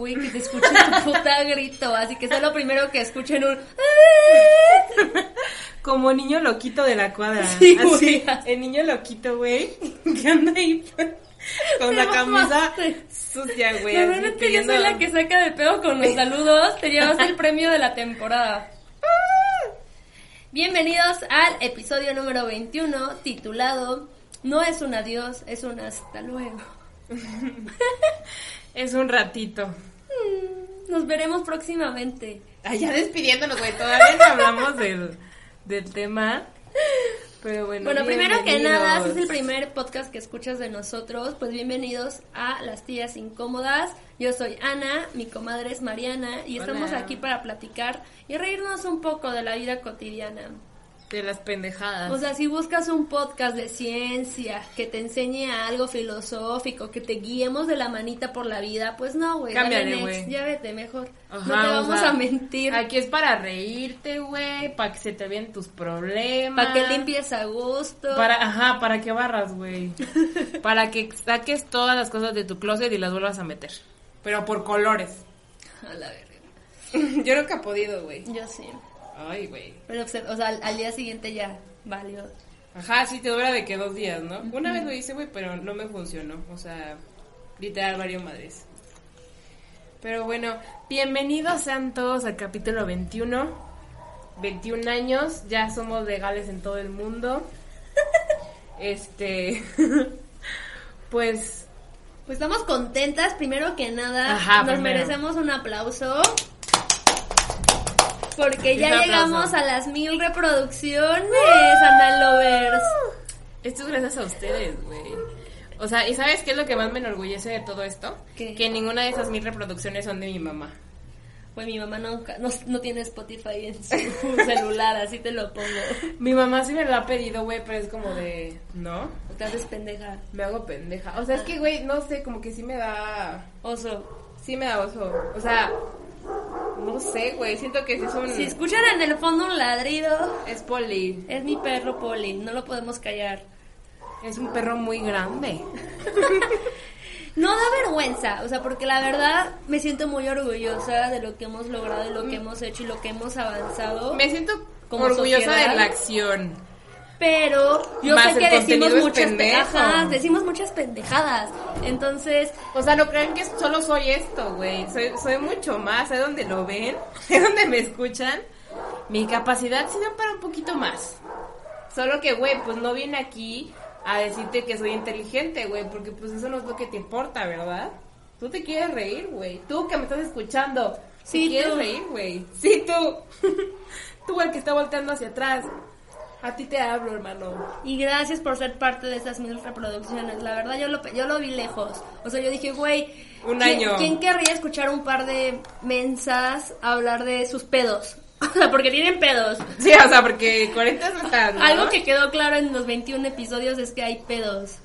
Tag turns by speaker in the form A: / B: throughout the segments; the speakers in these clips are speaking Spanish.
A: escuchen tu puta grito, así que sea lo primero que escuchen un... "Ah".
B: Como niño loquito de la cuadra.
A: Sí,
B: Así,
A: güey.
B: el niño loquito, güey, que anda ahí con la
A: Te
B: camisa
A: mamaste.
B: sucia, güey. así
A: Normalmente yo soy
B: pidiendo-
A: la que saca de pedo con los saludos. Te llevas el premio de la temporada. Bienvenidos al episodio número 21, titulado No es un adiós, es un hasta luego.
B: Es un ratito.
A: Mm, Nos veremos próximamente.
B: Allá despidiéndonos, güey. Todavía no hablamos del, del tema. Pero bueno.
A: Bueno, primero que
B: bienvenidos.
A: nada, si es el primer podcast que escuchas de nosotros, pues bienvenidos a Las Tías Incómodas. Yo soy Ana, mi comadre es Mariana y estamos
B: Hola.
A: aquí para platicar y reírnos un poco de la vida cotidiana.
B: De las pendejadas.
A: O sea, si buscas un podcast de ciencia que te enseñe algo filosófico, que te guiemos de la manita por la vida, pues no, güey. dale
B: Cámbiale,
A: next,
B: güey.
A: Ya vete mejor. no te
B: Ajá, o
A: vamos
B: sea,
A: a mentir.
B: Aquí es para reírte, güey. Para que se te vean tus problemas.
A: Para que limpies a gusto.
B: Para, ajá, para que barras, güey. para que saques todas las cosas de tu closet y las vuelvas a meter. Pero por colores.
A: A la verga.
B: Yo nunca he podido, güey.
A: Yo sí.
B: Ay, güey.
A: Pero, pues, o sea, al, al día siguiente ya valió.
B: Ajá, sí te dura de que dos días, ¿no? Una vez lo hice, güey, pero no me funcionó. O sea, literal, varios madres. Pero bueno, bienvenidos sean todos al capítulo 21. 21 años, ya somos legales en todo el mundo. Este. pues.
A: Pues estamos contentas, primero que nada.
B: Ajá,
A: nos
B: primero.
A: merecemos un aplauso. Porque
B: Un
A: ya
B: aplauso.
A: llegamos a las mil reproducciones, Ana Lovers.
B: Esto es gracias a ustedes, güey. O sea, ¿y sabes qué es lo que más me enorgullece de todo esto?
A: ¿Qué?
B: Que ninguna de esas mil reproducciones son de mi mamá.
A: Pues mi mamá nunca, no, no tiene Spotify en su celular, así te lo pongo.
B: Mi mamá sí me lo ha pedido, güey, pero es como de. ¿No?
A: Te haces pendeja.
B: Me hago pendeja. O sea, es que, güey, no sé, como que sí me da.
A: Oso.
B: Sí me da oso. O sea, no sé, güey. Siento que sí es un.
A: Si escuchan en el fondo un ladrido,
B: Es poli.
A: es mi perro Poli, no lo podemos callar.
B: Es un perro muy grande.
A: No da vergüenza, o sea, porque la verdad me siento muy orgullosa de lo que hemos logrado, de lo que hemos hecho y lo que hemos avanzado.
B: Me siento
A: Como
B: orgullosa
A: sociedad.
B: de la acción.
A: Pero yo
B: Más
A: sé
B: el
A: que decimos
B: contenido es
A: muchas
B: pendejo.
A: pendejadas, decimos muchas pendejadas. Entonces,
B: O sea, no crean que solo soy esto, güey. Soy, soy mucho más. Es donde lo ven, es donde me escuchan. Mi capacidad sí da para un poquito más. Solo que, güey, pues no viene aquí a decirte que soy inteligente, güey, porque pues eso no es lo que te importa, ¿verdad? Tú te quieres reír, güey. Tú que me estás escuchando.
A: Sí,
B: Sí, quieres
A: tú.
B: reír, güey. Sí, tú. tú, el que está volteando hacia atrás. A ti te hablo, hermano.
A: Y gracias por ser parte de esas mil reproducciones. La verdad, yo lo, yo lo vi lejos. O sea, yo dije, güey.
B: Un
A: ¿quién-
B: año.
A: ¿Quién querría escuchar un par de mensas hablar de sus pedos? O sea, porque tienen pedos.
B: Sí, o sea, porque 40 es bastante, ¿no?
A: Algo que quedó claro en los 21 episodios es que hay pedos.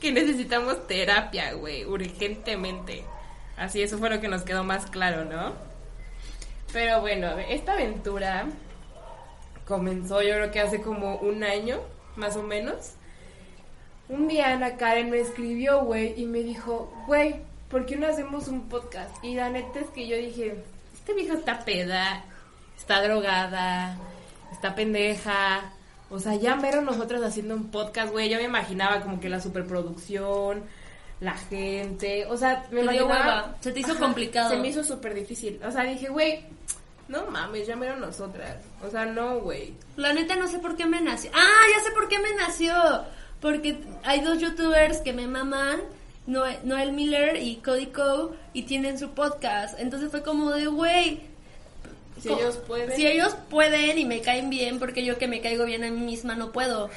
B: que necesitamos terapia, güey, urgentemente. Así, eso fue lo que nos quedó más claro, ¿no? Pero bueno, a ver, esta aventura comenzó yo creo que hace como un año, más o menos. Un día Ana Karen me escribió, güey, y me dijo, güey, ¿por qué no hacemos un podcast? Y la neta es que yo dije, esta vieja está peda, está drogada, está pendeja. O sea, ya mero nosotros haciendo un podcast, güey. Yo me imaginaba como que la superproducción, la gente. O sea, me
A: Te dio
B: imaginaba-
A: hueva, se te hizo complicado.
B: Se me hizo súper difícil. O sea, dije, güey, no mames, ya mero nosotras. O sea, no, güey.
A: La neta no sé por qué me nació. Ah, ya sé por qué me nació. Porque hay dos youtubers que me maman, Noe- Noel Miller y Cody Co, y tienen su podcast. Entonces fue como de, güey.
B: Si
A: co-
B: ellos pueden.
A: Si ellos pueden y me caen bien, porque yo que me caigo bien a mí misma no puedo.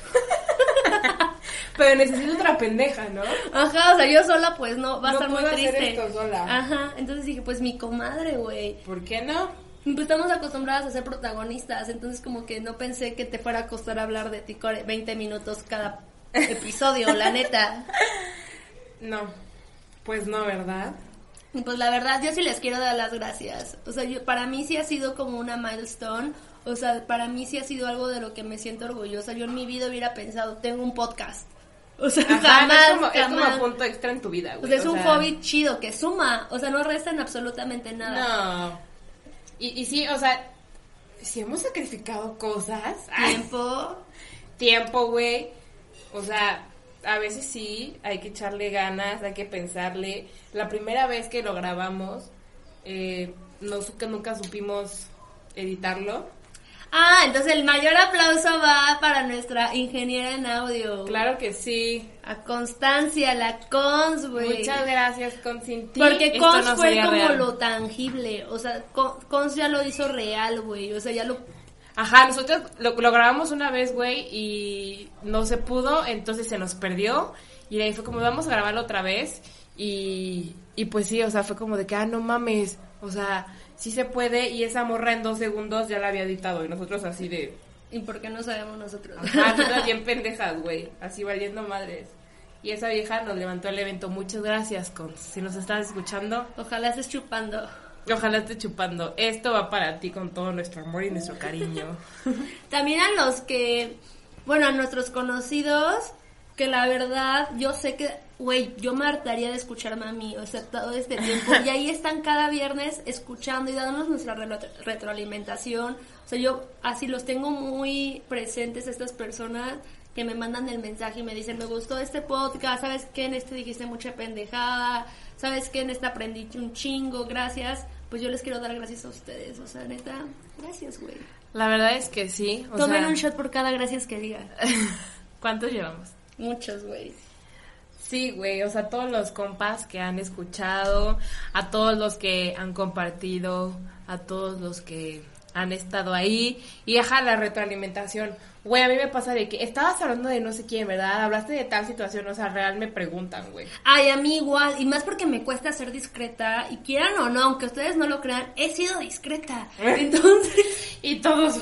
B: Pero necesito otra pendeja, ¿no?
A: Ajá, o sea, yo sola pues no, va a
B: No
A: estar muy
B: puedo hacer
A: triste.
B: esto sola.
A: Ajá, entonces dije, pues mi comadre, güey.
B: ¿Por qué no?
A: Pues estamos acostumbradas a ser protagonistas, entonces como que no pensé que te fuera a costar hablar de ti core- 20 minutos cada episodio, la neta.
B: No. Pues no, ¿verdad?
A: Y pues la verdad, yo sí les quiero dar las gracias. O sea, yo, para mí sí ha sido como una milestone. O sea, para mí sí ha sido algo de lo que me siento orgullosa. Yo en mi vida hubiera pensado, tengo un podcast. O sea,
B: Ajá, no
A: jamás,
B: es, como, es como
A: jamás.
B: punto extra en tu vida, güey.
A: O sea, es un hobby chido que suma, o sea, no resta en absolutamente nada.
B: No. Y, y sí, o sea, si hemos sacrificado cosas, ay,
A: Tiempo,
B: tiempo, güey. O sea, a veces sí, hay que echarle ganas, hay que pensarle. La primera vez que lo grabamos, eh, no, su- que nunca supimos editarlo.
A: Ah, entonces el mayor aplauso va para nuestra ingeniera en audio.
B: Claro que sí.
A: A Constancia, la Cons, güey.
B: Muchas gracias, Consinti.
A: Porque
B: Esto
A: Cons
B: no
A: fue
B: sería
A: como
B: real.
A: lo tangible. O sea, Con- Cons ya lo hizo real, güey. O sea, ya lo.
B: Ajá, nosotros lo, lo grabamos una vez, güey, y no se pudo, entonces se nos perdió. Y de ahí fue como, vamos a grabarlo otra vez. Y, y pues sí, o sea, fue como de que, ah, no mames. O sea, sí se puede. Y esa morra en dos segundos ya la había editado. Y nosotros así de,
A: ¿Y por qué no sabemos nosotros?
B: ajá, nosotros bien pendejas, güey. Así valiendo madres. Y esa vieja nos levantó el evento. Muchas gracias, Cons. Si nos estás escuchando,
A: Ojalá estés chupando.
B: ojalá estés chupando. Esto va para ti con todo nuestro amor y nuestro cariño.
A: También a los que, bueno, a nuestros conocidos, que la verdad, yo sé que, güey, yo me hartaría de escucharme a mí, o sea, todo este tiempo. Y ahí están cada viernes escuchando y dándonos nuestra relo- retroalimentación. O sea, yo así los tengo muy presentes estas personas que me mandan el mensaje y me dicen, me gustó este podcast, ¿sabes qué? En este dijiste mucha pendejada, ¿sabes qué? En este aprendí un chingo, gracias. Pues yo les quiero dar gracias a ustedes, o sea, neta, gracias, güey.
B: La verdad es que sí. O
A: Tomen
B: sea,
A: un shot por cada gracias que digan.
B: ¿Cuántos llevamos?
A: Muchos, güey.
B: Sí, güey, o sea, todos los compas que han escuchado, a todos los que han compartido, a todos los que han estado ahí y ajá, la retroalimentación. Güey, a mí me pasa de que estabas hablando de no sé quién, ¿verdad? Hablaste de tal situación, o sea, real me preguntan, güey.
A: Ay, a mí igual, y más porque me cuesta ser discreta, y quieran o no, aunque ustedes no lo crean, he sido discreta. Entonces,
B: Y todos,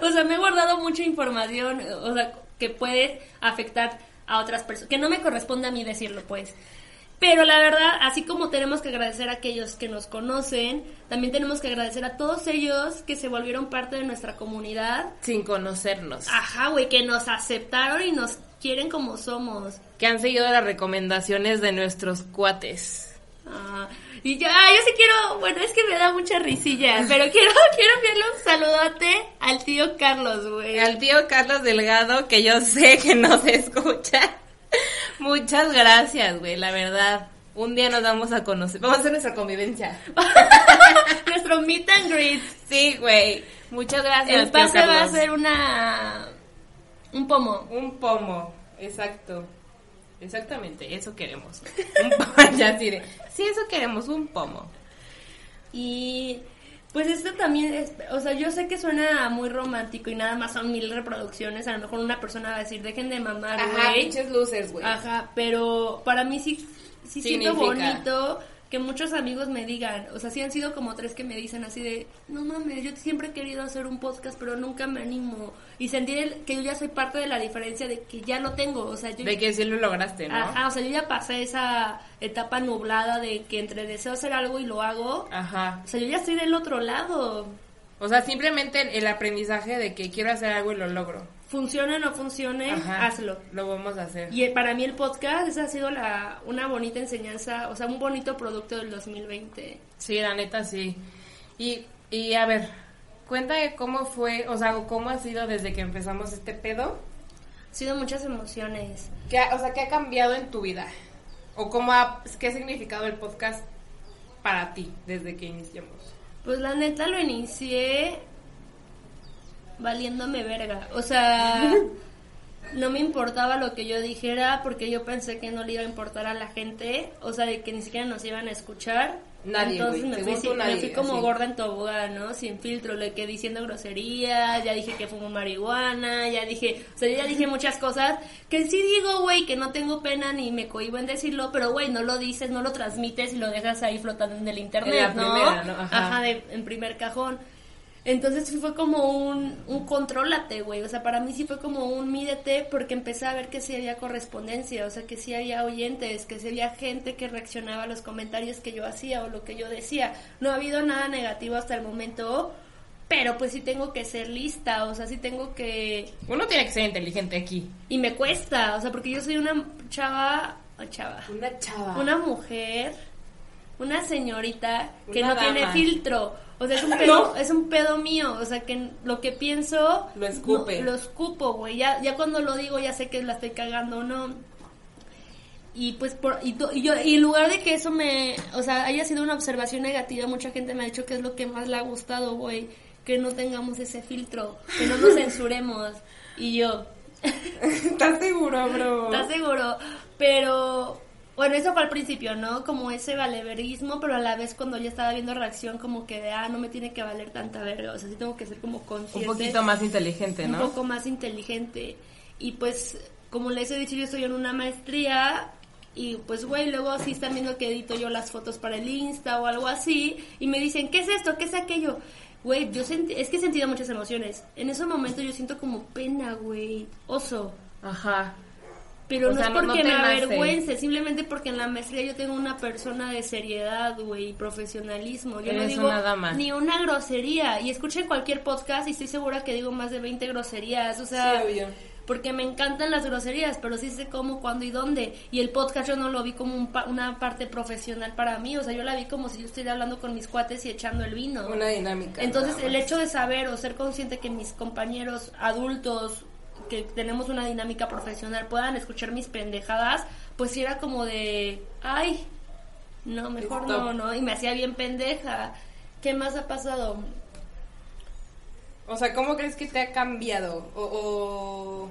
A: o sea, me he guardado mucha información, o sea, que puede afectar a otras personas, que no me corresponde a mí decirlo, pues. Pero la verdad, así como tenemos que agradecer a aquellos que nos conocen, también tenemos que agradecer a todos ellos que se volvieron parte de nuestra comunidad.
B: sin conocernos,
A: Ajá, güey, que nos aceptaron y nos quieren como somos.
B: que han seguido las recomendaciones de nuestros cuates.
A: Ah, y yo, ah, yo sí quiero, bueno, es que me da mucha risilla, pero quiero, quiero enviarle un saludote al tío Carlos, güey.
B: Al tío Carlos Delgado, que yo sé que nos escucha. Muchas gracias, güey, la verdad. Un día nos vamos a conocer. Vamos a hacer nuestra convivencia.
A: Nuestro meet and greet.
B: Sí, güey. Muchas gracias.
A: El
B: tío
A: pase va a
B: Carlos.
A: ser una, un pomo.
B: un pomo. Exacto. Exactamente, eso queremos. Un pomo, ya así de, Sí, eso queremos, un pomo.
A: Y pues esto también, es- o sea, yo sé que suena muy romántico y nada más son mil reproducciones, a lo mejor una persona va a decir, dejen de mamar, güey.
B: luces, güey. Ah,
A: Ajá, pero para mí sí, sí siento
B: Significa.
A: bonito que muchos amigos me digan, o sea, sí han sido como tres que me dicen así de, no mames, yo siempre he querido hacer un podcast, pero nunca me animo. Y sentir el- que yo ya soy parte de la diferencia de que ya lo tengo, o sea, yo...
B: De que sí lo lograste, ¿no?
A: Ajá, o sea, yo ya pasé esa etapa nublada de que entre deseo hacer algo y lo hago.
B: Ajá.
A: O sea, yo ya estoy del otro lado.
B: O sea, simplemente el aprendizaje de que quiero hacer algo y lo logro.
A: Funcione o no funcione,
B: Ajá.
A: hazlo.
B: Lo vamos a hacer.
A: Y eh, para mí el podcast esa ha sido la, una bonita enseñanza, o sea, un bonito producto del 2020.
B: Sí, la neta sí. Y, y a ver, cuéntame cómo fue, o sea, cómo ha sido desde que empezamos este pedo.
A: Ha sido muchas emociones.
B: ¿Qué ha- o sea, ¿qué ha cambiado en tu vida? ¿O cómo ha, qué ha significado el podcast para ti desde que iniciamos?
A: Pues la neta lo inicié valiéndome verga. O sea, no me importaba lo que yo dijera porque yo pensé que no le iba a importar a la gente, o sea, de que ni siquiera nos iban a escuchar.
B: Nadie,
A: Entonces
B: güey,
A: me fui,
B: según
A: sin-
B: tú, nadie,
A: me fui como
B: así.
A: gorda en tobogán, ¿no? Sin filtro, le quedé diciendo groserías, ya dije que fumo marihuana, ya dije, o sea, yo ya dije muchas cosas que sí digo, güey, que no tengo pena ni me cohibo en decirlo, pero güey, no lo dices, no lo transmites y lo dejas ahí flotando en el internet,
B: En la
A: ¿no?
B: primera, ¿no? Ajá.
A: Ajá, de- en primer cajón. Entonces sí fue como un, un contrólate, güey. O sea, para mí sí fue como un mídete porque empecé a ver que sí había correspondencia, o sea, que sí había oyentes, que sí había gente que reaccionaba a los comentarios que yo hacía o lo que yo decía. No ha habido nada negativo hasta el momento, pero pues sí tengo que ser lista, o sea, sí tengo que...
B: Uno tiene que ser inteligente aquí.
A: Y me cuesta, o sea, porque yo soy una chava, o chava,
B: Una chava.
A: una mujer, una señorita que
B: Una
A: no tiene
B: dama.
A: filtro. O sea, es un pedo, es un pedo mío. O sea, que lo que pienso.
B: Lo escupe.
A: no- lo escupo, güey. Ya, ya cuando lo digo, ya sé que la estoy cagando o no. Y pues, por, y, to- y yo, y en lugar de que eso me. O sea, haya sido una observación negativa, mucha gente me ha dicho que es lo que más le ha gustado, güey. Que no tengamos ese filtro. Que no nos censuremos. Y yo.
B: ¿Estás seguro, bro?
A: ¿Estás seguro? Pero, bueno, eso fue al principio, ¿no? Como ese valeverismo, pero a la vez cuando ya estaba viendo reacción, como que de, ah, no me tiene que valer tanta verga, o sea, sí tengo que ser como
B: Un
A: consciente.
B: poquito más inteligente,
A: Un
B: ¿no?
A: poco más inteligente. Y pues, como les he dicho, yo estoy en una maestría y pues, güey, luego sí están viendo que edito yo las fotos para el Insta o algo así y me dicen, ¿qué es esto? ¿Qué es aquello? Güey, yo sentí, es que he sentido muchas emociones. En ese momento yo siento como pena, güey, oso.
B: Ajá.
A: Pero
B: O
A: no
B: sea,
A: es
B: no- no
A: porque
B: te
A: me
B: nace.
A: avergüence, simplemente porque en la maestría yo tengo una persona de seriedad, güey, y profesionalismo. Yo no
B: Eres
A: digo
B: una dama.
A: ni una grosería. Y escuchen cualquier podcast y estoy segura que digo más de 20 groserías, o sea... porque me encantan las groserías, pero sí sé cómo, cuándo y dónde. Y el podcast yo no lo vi como un pa- una parte profesional para mí, o sea, yo la vi como si yo estuviera hablando con mis cuates y echando el vino.
B: dinámica.
A: Entonces, el hecho de saber o ser consciente que mis compañeros adultos que tenemos una dinámica profesional puedan escuchar mis pendejadas, pues sí era como de, ay, no, mejor
B: Stop.
A: no, no, y me hacía bien pendeja. ¿Qué más ha pasado?
B: O sea, ¿cómo crees que te ha cambiado? O. o...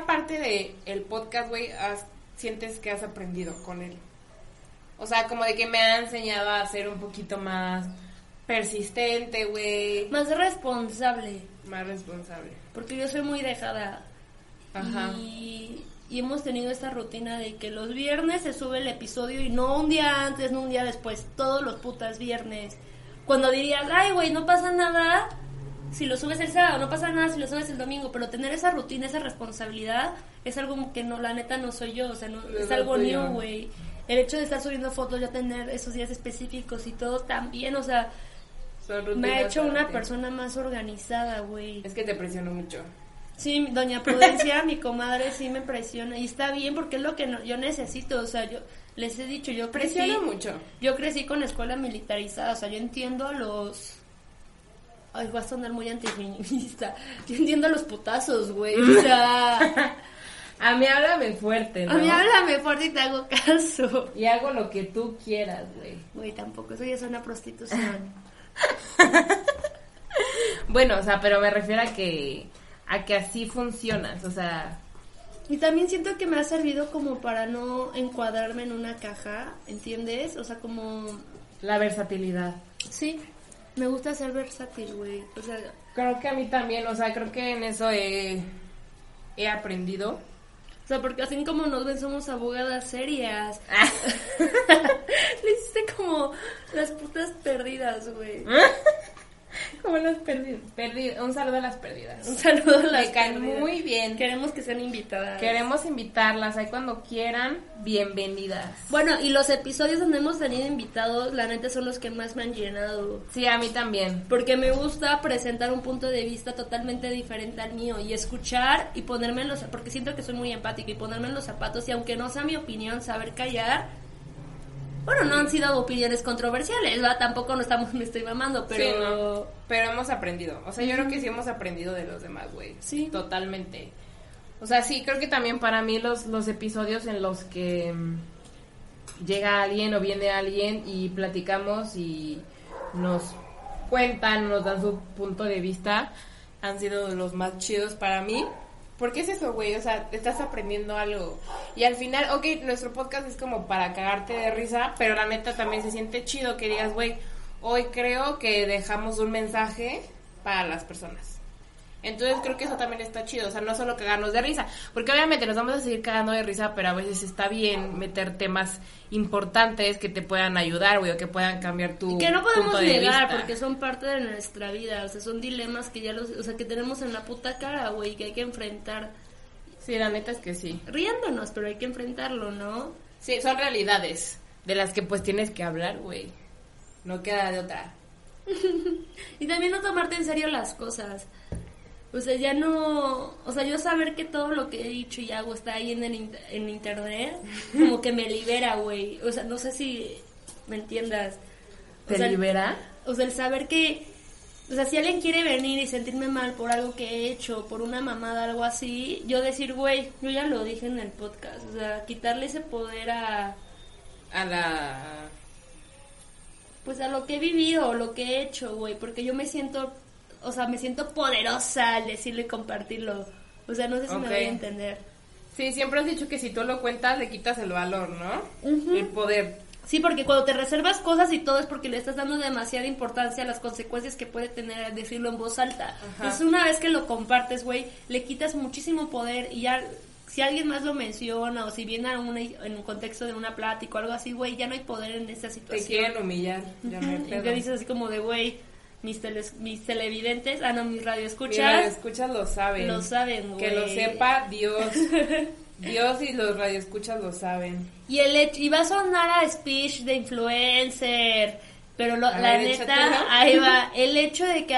B: Aparte de el podcast, güey, has- sientes que has aprendido con él. O sea, como de que me ha enseñado a ser un poquito más persistente, güey.
A: Más responsable,
B: Más responsable.
A: porque yo soy muy dejada.
B: Ajá.
A: Y, y hemos tenido esta rutina de que los viernes se sube el episodio y no un día antes, no un día después, todos los putas viernes. Cuando dirías, ay, güey, no pasa nada si lo subes el sábado, no pasa nada si lo subes el domingo, pero tener esa rutina, esa responsabilidad, es algo que no, la neta no soy yo, o sea, no,
B: No
A: es
B: soy
A: algo
B: tú,
A: new,
B: yo.
A: güey. El hecho de estar subiendo fotos, ya tener esos días específicos y todo también, o sea,
B: Son
A: me
B: rutinas
A: ha hecho
B: para
A: una
B: ti.
A: persona más organizada, güey.
B: Es que te presiono mucho.
A: Sí, mi- doña Prudencia, mi comadre, sí me presiona. Y está bien porque es lo que no- yo necesito. O sea, yo les he dicho, yo crecí,
B: Presiono mucho.
A: yo crecí con escuela militarizada. O sea, yo entiendo a los... Ay, va a sonar muy antifeminista. Yo entiendo a los putazos, güey. O sea,
B: A mí háblame fuerte, ¿no?
A: a mí háblame fuerte y te hago caso.
B: Y hago lo que tú quieras, güey.
A: Güey, tampoco, eso ya es una prostitución.
B: Bueno, o sea, pero me refiero a que a que así funcionas, o sea,
A: Y también siento que me ha servido como para no encuadrarme en una caja, ¿entiendes? O sea, como...
B: la versatilidad.
A: Sí, me gusta ser versátil, güey. O sea,
B: Creo que a mí también, o sea, creo que en eso he, he aprendido.
A: o sea, porque así como nos ven, somos abogadas serias. Le hiciste como las putas perdidas, güey.
B: Como las perdidas. un saludo a las
A: Un
B: perdidas.
A: saludo a las
B: Me caen
A: perdidas.
B: muy bien.
A: Queremos que sean invitadas.
B: Queremos invitarlas, ahí cuando quieran, bienvenidas.
A: Bueno, y los episodios donde hemos tenido invitados, la neta, son los que más me han llenado.
B: Sí, a mí también.
A: Porque me gusta presentar un punto de vista totalmente diferente al mío y escuchar y ponerme en los porque siento que soy muy empática y ponerme en los zapatos y aunque no sea mi opinión, saber callar. Bueno, no han sido opiniones controversiales, ¿verdad? Tampoco no estamos me estoy mamando, pero
B: Sí, ¿no? Pero hemos aprendido. O sea, yo creo que sí hemos aprendido de los demás, güey.
A: Sí.
B: Totalmente. O sea, sí, creo que también para mí los, los episodios en los que mm, llega alguien o viene alguien y platicamos y nos cuentan, nos dan su punto de vista, han sido los más chidos para mí. Porque es eso, güey, o sea, estás aprendiendo algo. Y al final, ok, nuestro podcast es como para cagarte de risa, pero la neta también se siente chido que digas, güey, hoy creo que dejamos un mensaje para las personas. Entonces creo que eso también está chido, o sea, no solo cagarnos de risa, porque obviamente nos vamos a seguir cagando de risa, pero a veces está bien meter temas importantes que te puedan ayudar, güey, o que puedan cambiar tu
A: Y que no
B: punto
A: podemos
B: de
A: negar
B: vista.
A: porque son parte de nuestra vida, o sea, son dilemas que ya los, o sea, que tenemos en la puta cara, güey, que hay que enfrentar
B: Sí, la neta es que sí.
A: riéndonos, pero hay que enfrentarlo, ¿no?
B: Sí, son realidades de las que pues tienes que hablar, güey. No queda de otra.
A: y también no tomarte en serio las cosas. O sea, ya no... O sea, yo saber que todo lo que he dicho y hago está ahí en, el inter- en internet, como que me libera, güey. O sea, no sé si me entiendas. O
B: ¿Te
A: sea,
B: libera?
A: O sea, el saber que... O sea, si alguien quiere venir y sentirme mal por algo que he hecho, por una mamada, algo así, yo decir, güey, yo ya lo dije en el podcast. O sea, quitarle ese poder a...
B: A la...
A: Pues a lo que he vivido, lo que he hecho, güey, porque yo me siento, o sea, me siento poderosa al decirlo y compartirlo. O sea, no sé si me
B: Ok.
A: voy a entender.
B: Sí, siempre has dicho que si tú lo cuentas le quitas el valor, ¿no? El poder.
A: Sí, porque cuando te reservas cosas y todo es porque le estás dando demasiada importancia a las consecuencias que puede tener al decirlo en voz alta. Entonces, una vez que lo compartes, güey, le quitas muchísimo poder y ya si alguien más lo menciona o si viene a una- en un contexto de una plática o algo así, güey, ya no hay poder en esa
B: Te
A: situación.
B: quieren humillar. Ya no hay
A: Pues Y
B: pedo.
A: te dices así como de, güey, mis, teles- mis televidentes, ah, no, mis
B: Mira,
A: radioescuchas,
B: escuchas lo saben.
A: lo saben, güey.
B: Que lo sepa Dios. Dios y los radioescuchas lo saben.
A: Y, el hecho- y va a sonar a speech de influencer, pero lo-
B: A
A: la
B: ver,
A: neta,
B: échatela.
A: ahí va, el hecho de que,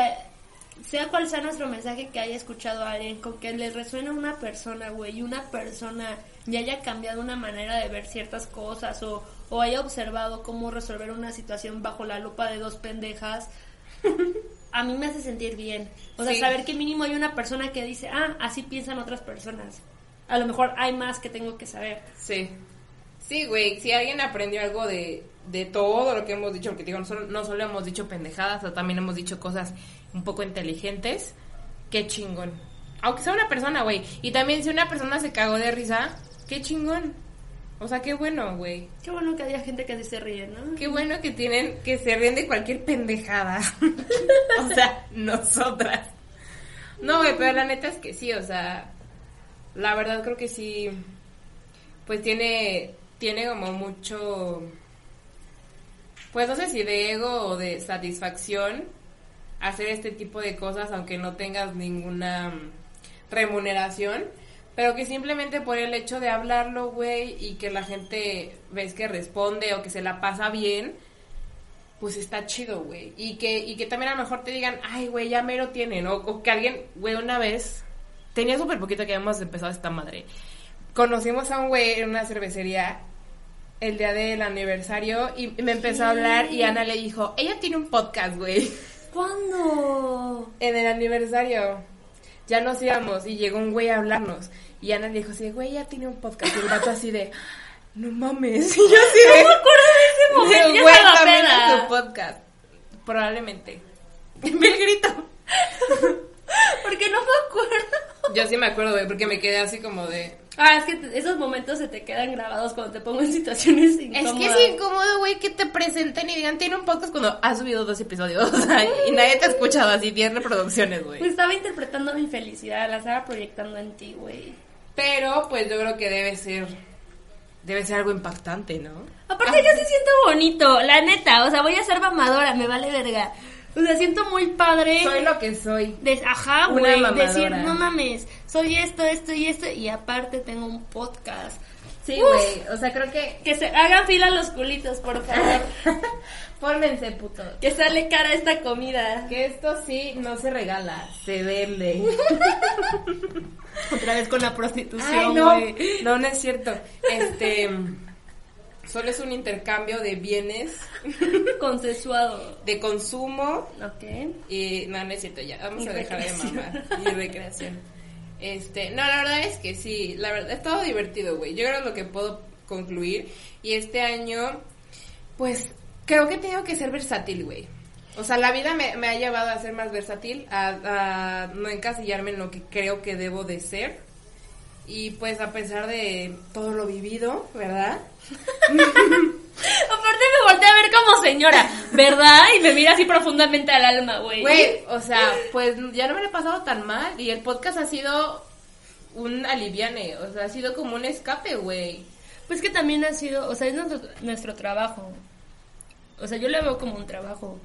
A: sea cual sea nuestro mensaje que haya escuchado alguien, con que le resuena a una persona, güey, y una persona ya haya cambiado una manera de ver ciertas cosas o, o haya observado cómo resolver una situación bajo la lupa de dos pendejas. A mí me hace sentir bien. O sea,
B: Sí.
A: saber que mínimo hay una persona que dice, ah, así piensan otras personas. A lo mejor hay más que tengo que saber.
B: Sí. Sí, güey, si alguien aprendió algo de, de todo lo que hemos dicho, porque digo, no solo, no solo hemos dicho pendejadas, o también hemos dicho cosas un poco inteligentes, qué chingón. Aunque sea una persona, güey. Y también si una persona se cagó de risa, qué chingón. O sea, qué bueno, güey.
A: Qué bueno que haya gente que sí se ríe, ¿no?
B: Qué bueno que tienen, que se ríen de cualquier pendejada. o sea, nosotras. No, güey, pero la neta es que sí, o sea, la verdad creo que sí, pues tiene, tiene como mucho, pues no sé si de ego o de satisfacción hacer este tipo de cosas aunque no tengas ninguna mm, remuneración, pero que simplemente por el hecho de hablarlo, güey, y que la gente ves que responde o que se la pasa bien, pues está chido, güey. Y que, y que también a lo mejor te digan, ay, güey, ya mero tienen. O, o que alguien, güey, una vez, tenía súper poquito que habíamos empezado esta madre. Conocimos a un güey en una cervecería el día del aniversario y me empezó a hablar y Ana le dijo, ella tiene un podcast, güey.
A: ¿Cuándo?
B: En el aniversario ya nos íbamos y llegó un güey a hablarnos. Y Ana le dijo así, güey, ya tiene un podcast. Y el vato así de, no mames. Y yo así de...
A: me acuerdo de ese momento,
B: "Güey,
A: yo estaba
B: también
A: peda".
B: hace un podcast. Probablemente. Me grito.
A: Porque no me acuerdo.
B: Yo sí me acuerdo, güey, porque me quedé así como de...
A: Ah, es que te- esos momentos se te quedan grabados cuando te pongo en situaciones
B: Es
A: incómodas.
B: que es incómodo, güey, que te presenten y digan, tiene un podcast cuando has subido dos episodios. o sea, y nadie te ha escuchado así, 10 reproducciones, güey.
A: Pues estaba interpretando mi felicidad, la estaba proyectando en ti, güey.
B: Pero, pues, yo creo que debe ser... Debe ser algo impactante, ¿no?
A: Aparte yo sí siento bonito, la neta, o sea, voy a ser mamadora, me vale verga. O sea, siento muy padre.
B: Soy lo que soy.
A: de- ajá,
B: Una
A: güey,
B: mamadora.
A: decir, no mames, soy esto, esto y esto, y aparte tengo un podcast.
B: Sí,
A: Uf.
B: güey. O sea, creo que.
A: Que se hagan fila los culitos, por favor.
B: Fórmense, puto.
A: que sale cara esta comida.
B: Que esto sí no se regala, se vende.
A: Otra vez con la
B: Ay,
A: prostitución,
B: no.
A: güey.
B: No, no es cierto. Este. Solo es un intercambio de bienes,
A: Consensuado.
B: de consumo
A: Ok.
B: y. No, no es cierto, ya. Vamos
A: Y
B: a dejar de
A: recreación.
B: mamar. Y recreación. Este. No, la verdad es que sí. La verdad, es todo divertido, güey. Yo creo que lo que puedo concluir. Y este año Pues creo que he tenido que ser versátil, güey. O sea, la vida me, me ha llevado a ser más versátil, a, a no encasillarme en lo que creo que debo de ser. Y pues a pesar de todo lo vivido, ¿verdad?
A: Aparte me volteé a ver como señora, ¿verdad? Y me mira así profundamente al alma, güey.
B: Güey, o sea, pues ya no me lo he pasado tan mal y el podcast ha sido un aliviane, o sea, ha sido como un escape, güey.
A: Pues que también ha sido, o sea, es nuestro, nuestro trabajo. O sea, yo lo veo como un trabajo.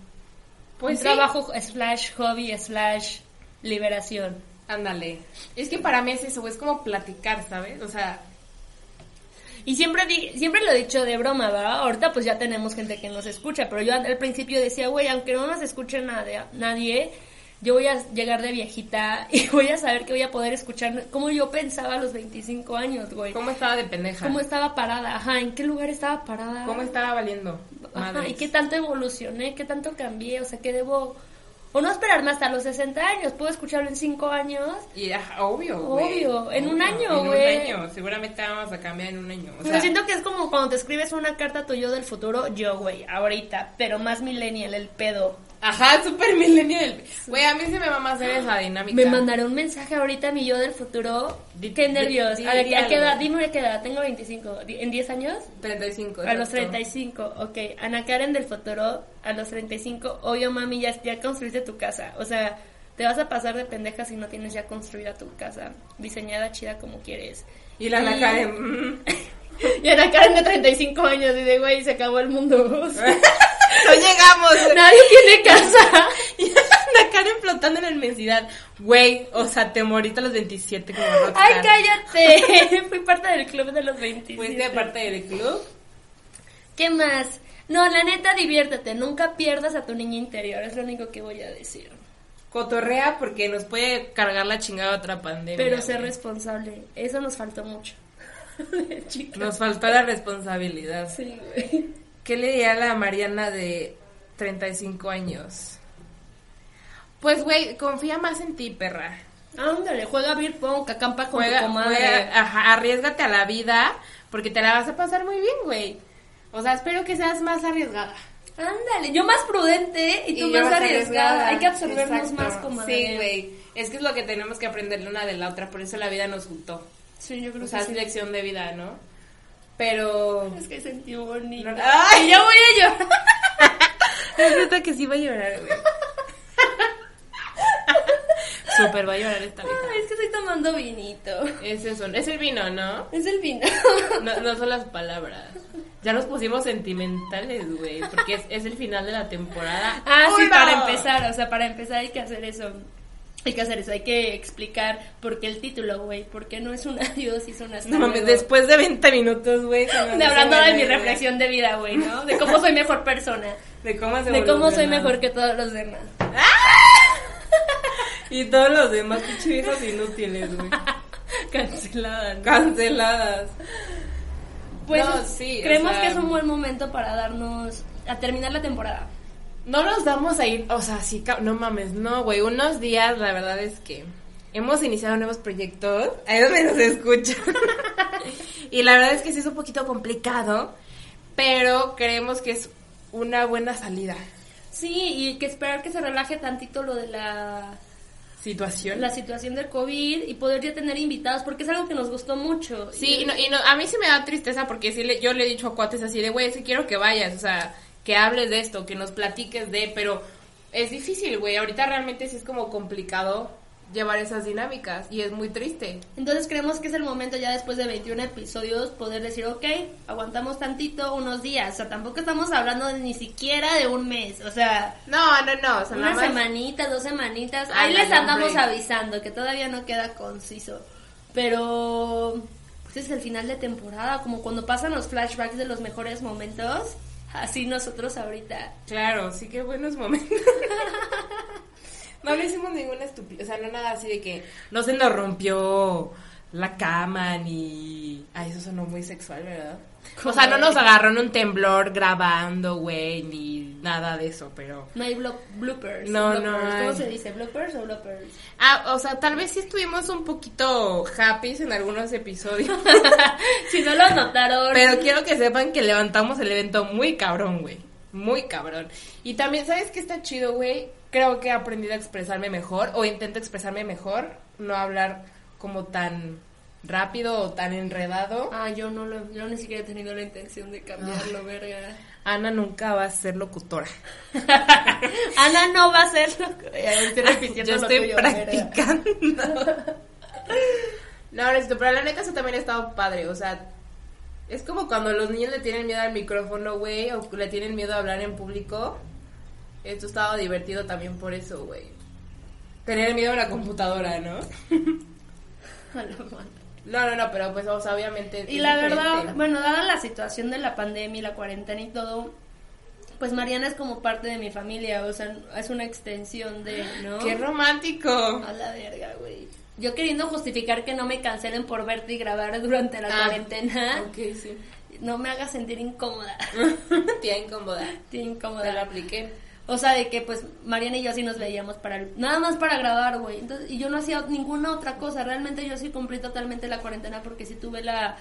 B: Pues
A: un
B: sí.
A: trabajo slash hobby slash liberación.
B: Ándale. Es que para mí es eso, güey, es como platicar, ¿sabes? O sea,
A: Y siempre, di- siempre lo he dicho de broma, ¿verdad? Ahorita pues ya tenemos gente que nos escucha, pero yo al al principio decía, güey, aunque no nos escuche nadie, nadie, yo voy a llegar de viejita y voy a saber que voy a poder escuchar como yo pensaba a los 25 años, güey.
B: ¿Cómo estaba de pendeja?
A: ¿Cómo estaba parada? Ajá, ¿en qué lugar estaba parada?
B: ¿Cómo estaba valiendo?
A: Ajá,
B: Madres.
A: ¿Y qué tanto evolucioné? ¿Qué tanto cambié? O sea, ¿qué debo...? O no esperarme hasta los 60 años, puedo escucharlo en 5 años
B: Y ajá, obvio, güey.
A: Obvio, en un año,
B: En
A: güey.
B: un año, seguramente vamos a cambiar en un año. O
A: Yo
B: sea,
A: siento que es como cuando te escribes una carta a tu yo del futuro, yo, güey, ahorita, pero más millennial, el pedo.
B: Ajá, súper millennial. Güey, a mí se me va a hacer esa dinámica.
A: Me mandaré un mensaje ahorita a mi yo del futuro.
B: Di-
A: Qué
B: di-
A: nervios.
B: di-
A: ¿A, la-
B: di
A: a qué
B: algo.
A: edad? Dime a qué edad. Tengo 25. Di- ¿En 10 años?
B: 35.
A: A los
B: exacto.
A: 35. Ok. Ana Karen del futuro, a los 35. Oye, mami, ya, ya construiste tu casa. O sea, te vas a pasar de pendeja si no tienes ya construida tu casa. Diseñada chida como quieres.
B: Y la
A: Y-
B: Ana Karen. mm.
A: Y Ana Karen de 35 años. Y de, güey, se acabó el mundo. O sea,
B: No llegamos.
A: Nadie tiene casa.
B: Y Ana Karen flotando en la inmensidad. Güey, o sea, te moriste a los 27 como rockstar.
A: Ay, cállate. Fui parte del club de los 20.
B: Fuiste parte del club.
A: ¿Qué más? No, la neta, diviértete. Nunca pierdas a tu niña interior. Es lo único que voy a decir.
B: Cotorrea porque nos puede cargar la chingada otra pandemia.
A: Pero ser
B: güey.
A: responsable. Eso nos faltó mucho. De chica.
B: Nos faltó la responsabilidad.
A: Sí, güey.
B: ¿Qué le diría a la Mariana de 35 años? Pues, güey, confía más en ti, perra.
A: Ándale, juega beer pong, acampa con
B: Juega,
A: tu comadre.
B: juega- ajá, arriesgate a la vida porque te la vas a pasar muy bien, güey. O sea, espero que seas más arriesgada.
A: Ándale, yo más prudente y tú
B: yo
A: más arriesgada. Hay que absorbernos
B: Exacto.
A: más, comadre.
B: Sí, güey. Es que es lo que tenemos que aprender la una de la otra. Por eso la vida nos juntó.
A: Sí, yo creo
B: O sea,
A: que
B: es
A: sí.
B: lección de vida, ¿no? Pero...
A: Es que sentí bonito.
B: No, no.
A: Ay, ya voy a llorar.
B: Es neta que sí va a llorar, güey. Súper va a llorar esta vieja.
A: Ay, es que estoy tomando vinito.
B: Es eso, es el vino, ¿no?
A: Es el vino.
B: No, no son las palabras. Ya nos pusimos sentimentales, güey, porque es, es el final de la temporada.
A: Ah, sí,
B: ¡Uno!
A: para empezar, o sea, para empezar hay que hacer eso. Hay que hacer eso, hay que explicar por qué el título, güey, porque no es un adiós y son hasta
B: No mames,
A: luego.
B: después de 20 minutos, güey. se nos
A: De hablando
B: hace
A: de mi
B: bueno,
A: reflexión de vida, güey, ¿no? De cómo soy mejor persona,
B: güey. De cómo, se
A: de cómo soy
B: evolucionamos.
A: mejor que todos los demás.
B: Y todos los demás, pinche viejos inútiles, güey.
A: Cancelada. ¿no?
B: Canceladas.
A: Pues
B: No, sí, o
A: creemos
B: sea-
A: que es un buen momento para darnos a terminar la temporada.
B: No nos damos a ir, o sea, sí, ca- no mames, no, güey, unos días, la verdad es que hemos iniciado nuevos proyectos, ahí es donde nos escuchan, y la verdad es que sí es un poquito complicado, pero creemos que es una buena salida.
A: Sí, y que esperar que se relaje tantito lo de la
B: Situación.
A: la situación del COVID y poder ya tener invitados porque es algo que nos gustó mucho.
B: Sí,
A: Y-
B: y no, y no, a mí sí me da tristeza porque sí le- yo le he dicho a cuates así de, güey, sí quiero que vayas, o sea, que hables de esto, que nos platiques de, pero es difícil, güey, ahorita realmente sí es como complicado llevar esas dinámicas y es muy triste.
A: Entonces creemos que es el momento ya después de 21 episodios poder decir, ok, aguantamos tantito unos días. O sea, tampoco estamos hablando de ni siquiera de un mes. O sea,
B: No, no, no. O sea,
A: una
B: nada más-
A: semanita, dos semanitas.
B: Ah,
A: Ahí
B: ya,
A: les
B: ya,
A: andamos
B: break.
A: avisando que todavía no queda conciso. Pero pues es el final de temporada, como cuando pasan los flashbacks de los mejores momentos. Así nosotros ahorita.
B: Claro, sí que buenos momentos. no, no hicimos ninguna estupidez. O sea, no nada así de que no se nos rompió la cama ni. Ay, eso sonó muy sexual, ¿verdad? O sea, no nos agarró en un temblor grabando, güey, ni nada de eso, pero.
A: No hay blo- bloopers.
B: No,
A: bloopers.
B: no hay.
A: ¿Cómo se dice? ¿Bloopers o bloopers?
B: Ah, o sea, tal vez sí estuvimos un poquito happy en algunos episodios.
A: si no lo notaron.
B: Pero quiero que sepan que levantamos el evento muy cabrón, güey. Muy cabrón. Y también, ¿sabes qué está chido, güey? Creo que he aprendido a expresarme mejor o intento expresarme mejor, no hablar como tan rápido o tan enredado.
A: Ah, yo no lo, yo ni siquiera he tenido la intención de cambiarlo, verga.
B: Ana nunca va a ser locutora.
A: Ana Ah, no va a hacerlo. eh, Estoy repitiendo
B: Yo
A: lo
B: estoy
A: tuyo, verga.
B: practicando. no, necesito, pero la neta eso también ha estado padre, o sea, es como cuando los niños le tienen miedo al micrófono, güey, o le tienen miedo a hablar en público. Esto ha estado divertido también por eso, güey. Tener miedo a la computadora, ¿no?
A: A la madre.
B: No, no, no, pero pues o sea, obviamente.
A: Y
B: es
A: la
B: diferente.
A: verdad, bueno, dada la situación de la pandemia y la cuarentena y todo, pues Mariana es como parte de mi familia, o sea, es una extensión de, ¿no?
B: ¡Qué romántico!
A: A la verga, güey. Yo queriendo justificar que no me cancelen por verte y grabar durante la
B: Ah,
A: cuarentena,
B: Ok, sí.
A: no me haga sentir incómoda.
B: Tía incómoda.
A: Tía
B: Te lo
A: incómoda.
B: apliqué.
A: O sea, de que pues Mariana y yo sí nos veíamos para el- nada más para grabar, güey. Entonces, y yo no hacía ninguna otra cosa. Realmente yo sí cumplí totalmente la cuarentena porque sí tuve la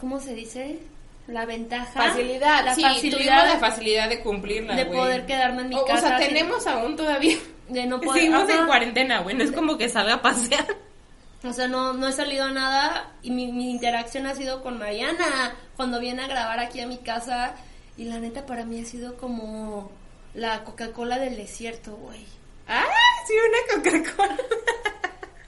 A: ¿cómo se dice? La ventaja,
B: Facilidad,
A: la
B: sí, tuvimos
A: facilidad
B: la facilidad de cumplirla,
A: de
B: güey.
A: poder quedarme en mi
B: o, O sea,
A: casa sin-
B: tenemos aún todavía.
A: de no poder
B: Seguimos
A: ajá.
B: en cuarentena, güey. No es como que salga a pasear.
A: O sea, no, no he salido a nada y mi, mi interacción ha sido con Mariana cuando viene a grabar aquí a mi casa y la neta para mí ha sido como la Coca-Cola del desierto, güey.
B: ¡Ah! Sí, una Coca-Cola.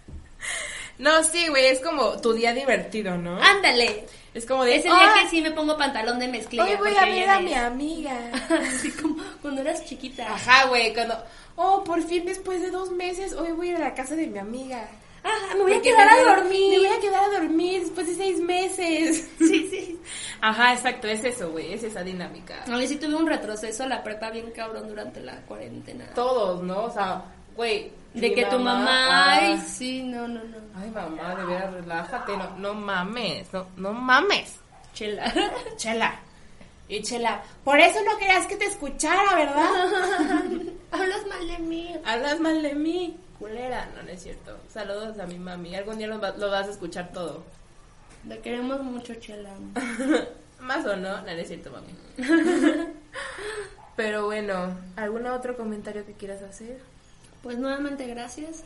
B: no, sí, güey. Es como tu día divertido, ¿no?
A: Ándale.
B: Ah, es como de.
A: Ese día
B: "Ah,
A: que sí me pongo pantalón de mezclilla.
B: Hoy voy
A: porque
B: a ver a mi
A: vienes.
B: amiga.
A: Así como cuando eras chiquita.
B: Ajá, güey. Cuando. Oh, por fin, después de dos meses, hoy voy a ir a la casa de mi amiga.
A: Ajá, Ah, me voy a
B: Porque
A: quedar
B: me
A: a
B: voy- Me
A: dormir.
B: voy a quedar a dormir después de seis meses.
A: Sí, sí.
B: Ajá, exacto, es eso, güey, es esa dinámica.
A: A mí sí tuve un retroceso a la prepa bien cabrón durante la cuarentena.
B: Todos, ¿no? O sea, güey.
A: De
B: mi
A: que tu mamá, ay,
B: ah,
A: sí, no, no, no.
B: Ay, mamá, de veras, relájate, no, no mames, no, no mames.
A: Chela.
B: Chela. Y Chela, por eso no querías que te escuchara, ¿verdad?
A: Hablas mal de mí.
B: Hablas mal de mí, culera. No, no es cierto. Saludos a mi mami. Algún día lo, va- lo vas a escuchar todo.
A: La queremos mucho, Chela.
B: Más o no, no, no es cierto, mami. Pero bueno, ¿algún otro comentario que quieras hacer?
A: Pues nuevamente gracias.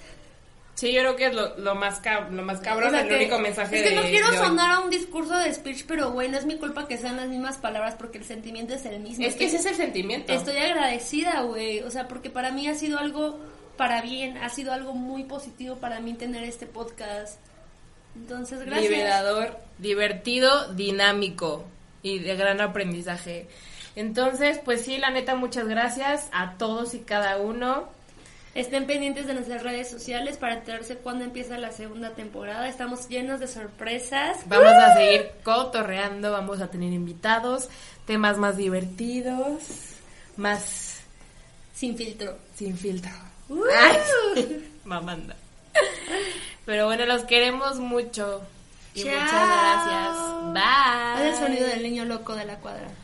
B: Sí, yo creo que es lo, lo más, cab- lo más cabrón,
A: O sea
B: el
A: que-
B: único mensaje
A: Es que
B: de-
A: no quiero
B: de hoy.
A: sonar a un discurso de speech, pero güey, no es mi culpa que sean las mismas palabras porque el sentimiento es el mismo.
B: Es que ese
A: Estoy-
B: es el sentimiento.
A: Estoy agradecida, güey. O sea, porque para mí ha sido algo para bien, ha sido algo muy positivo para mí tener este podcast. Entonces, gracias.
B: Liberador, divertido, dinámico y de gran aprendizaje. Entonces, pues sí, la neta, muchas gracias a todos y cada uno.
A: Estén pendientes de nuestras redes sociales para enterarse cuándo empieza la segunda temporada. Estamos llenos de sorpresas.
B: Vamos a seguir cotorreando, vamos a tener invitados, temas más divertidos, más
A: Sin filtro.
B: sin filtro.
A: ¡Uh!
B: Ay, sí, mamanda. Pero bueno, los queremos mucho. Y
A: Chao.
B: muchas gracias. Bye.
A: Haz el sonido del niño loco de la cuadra.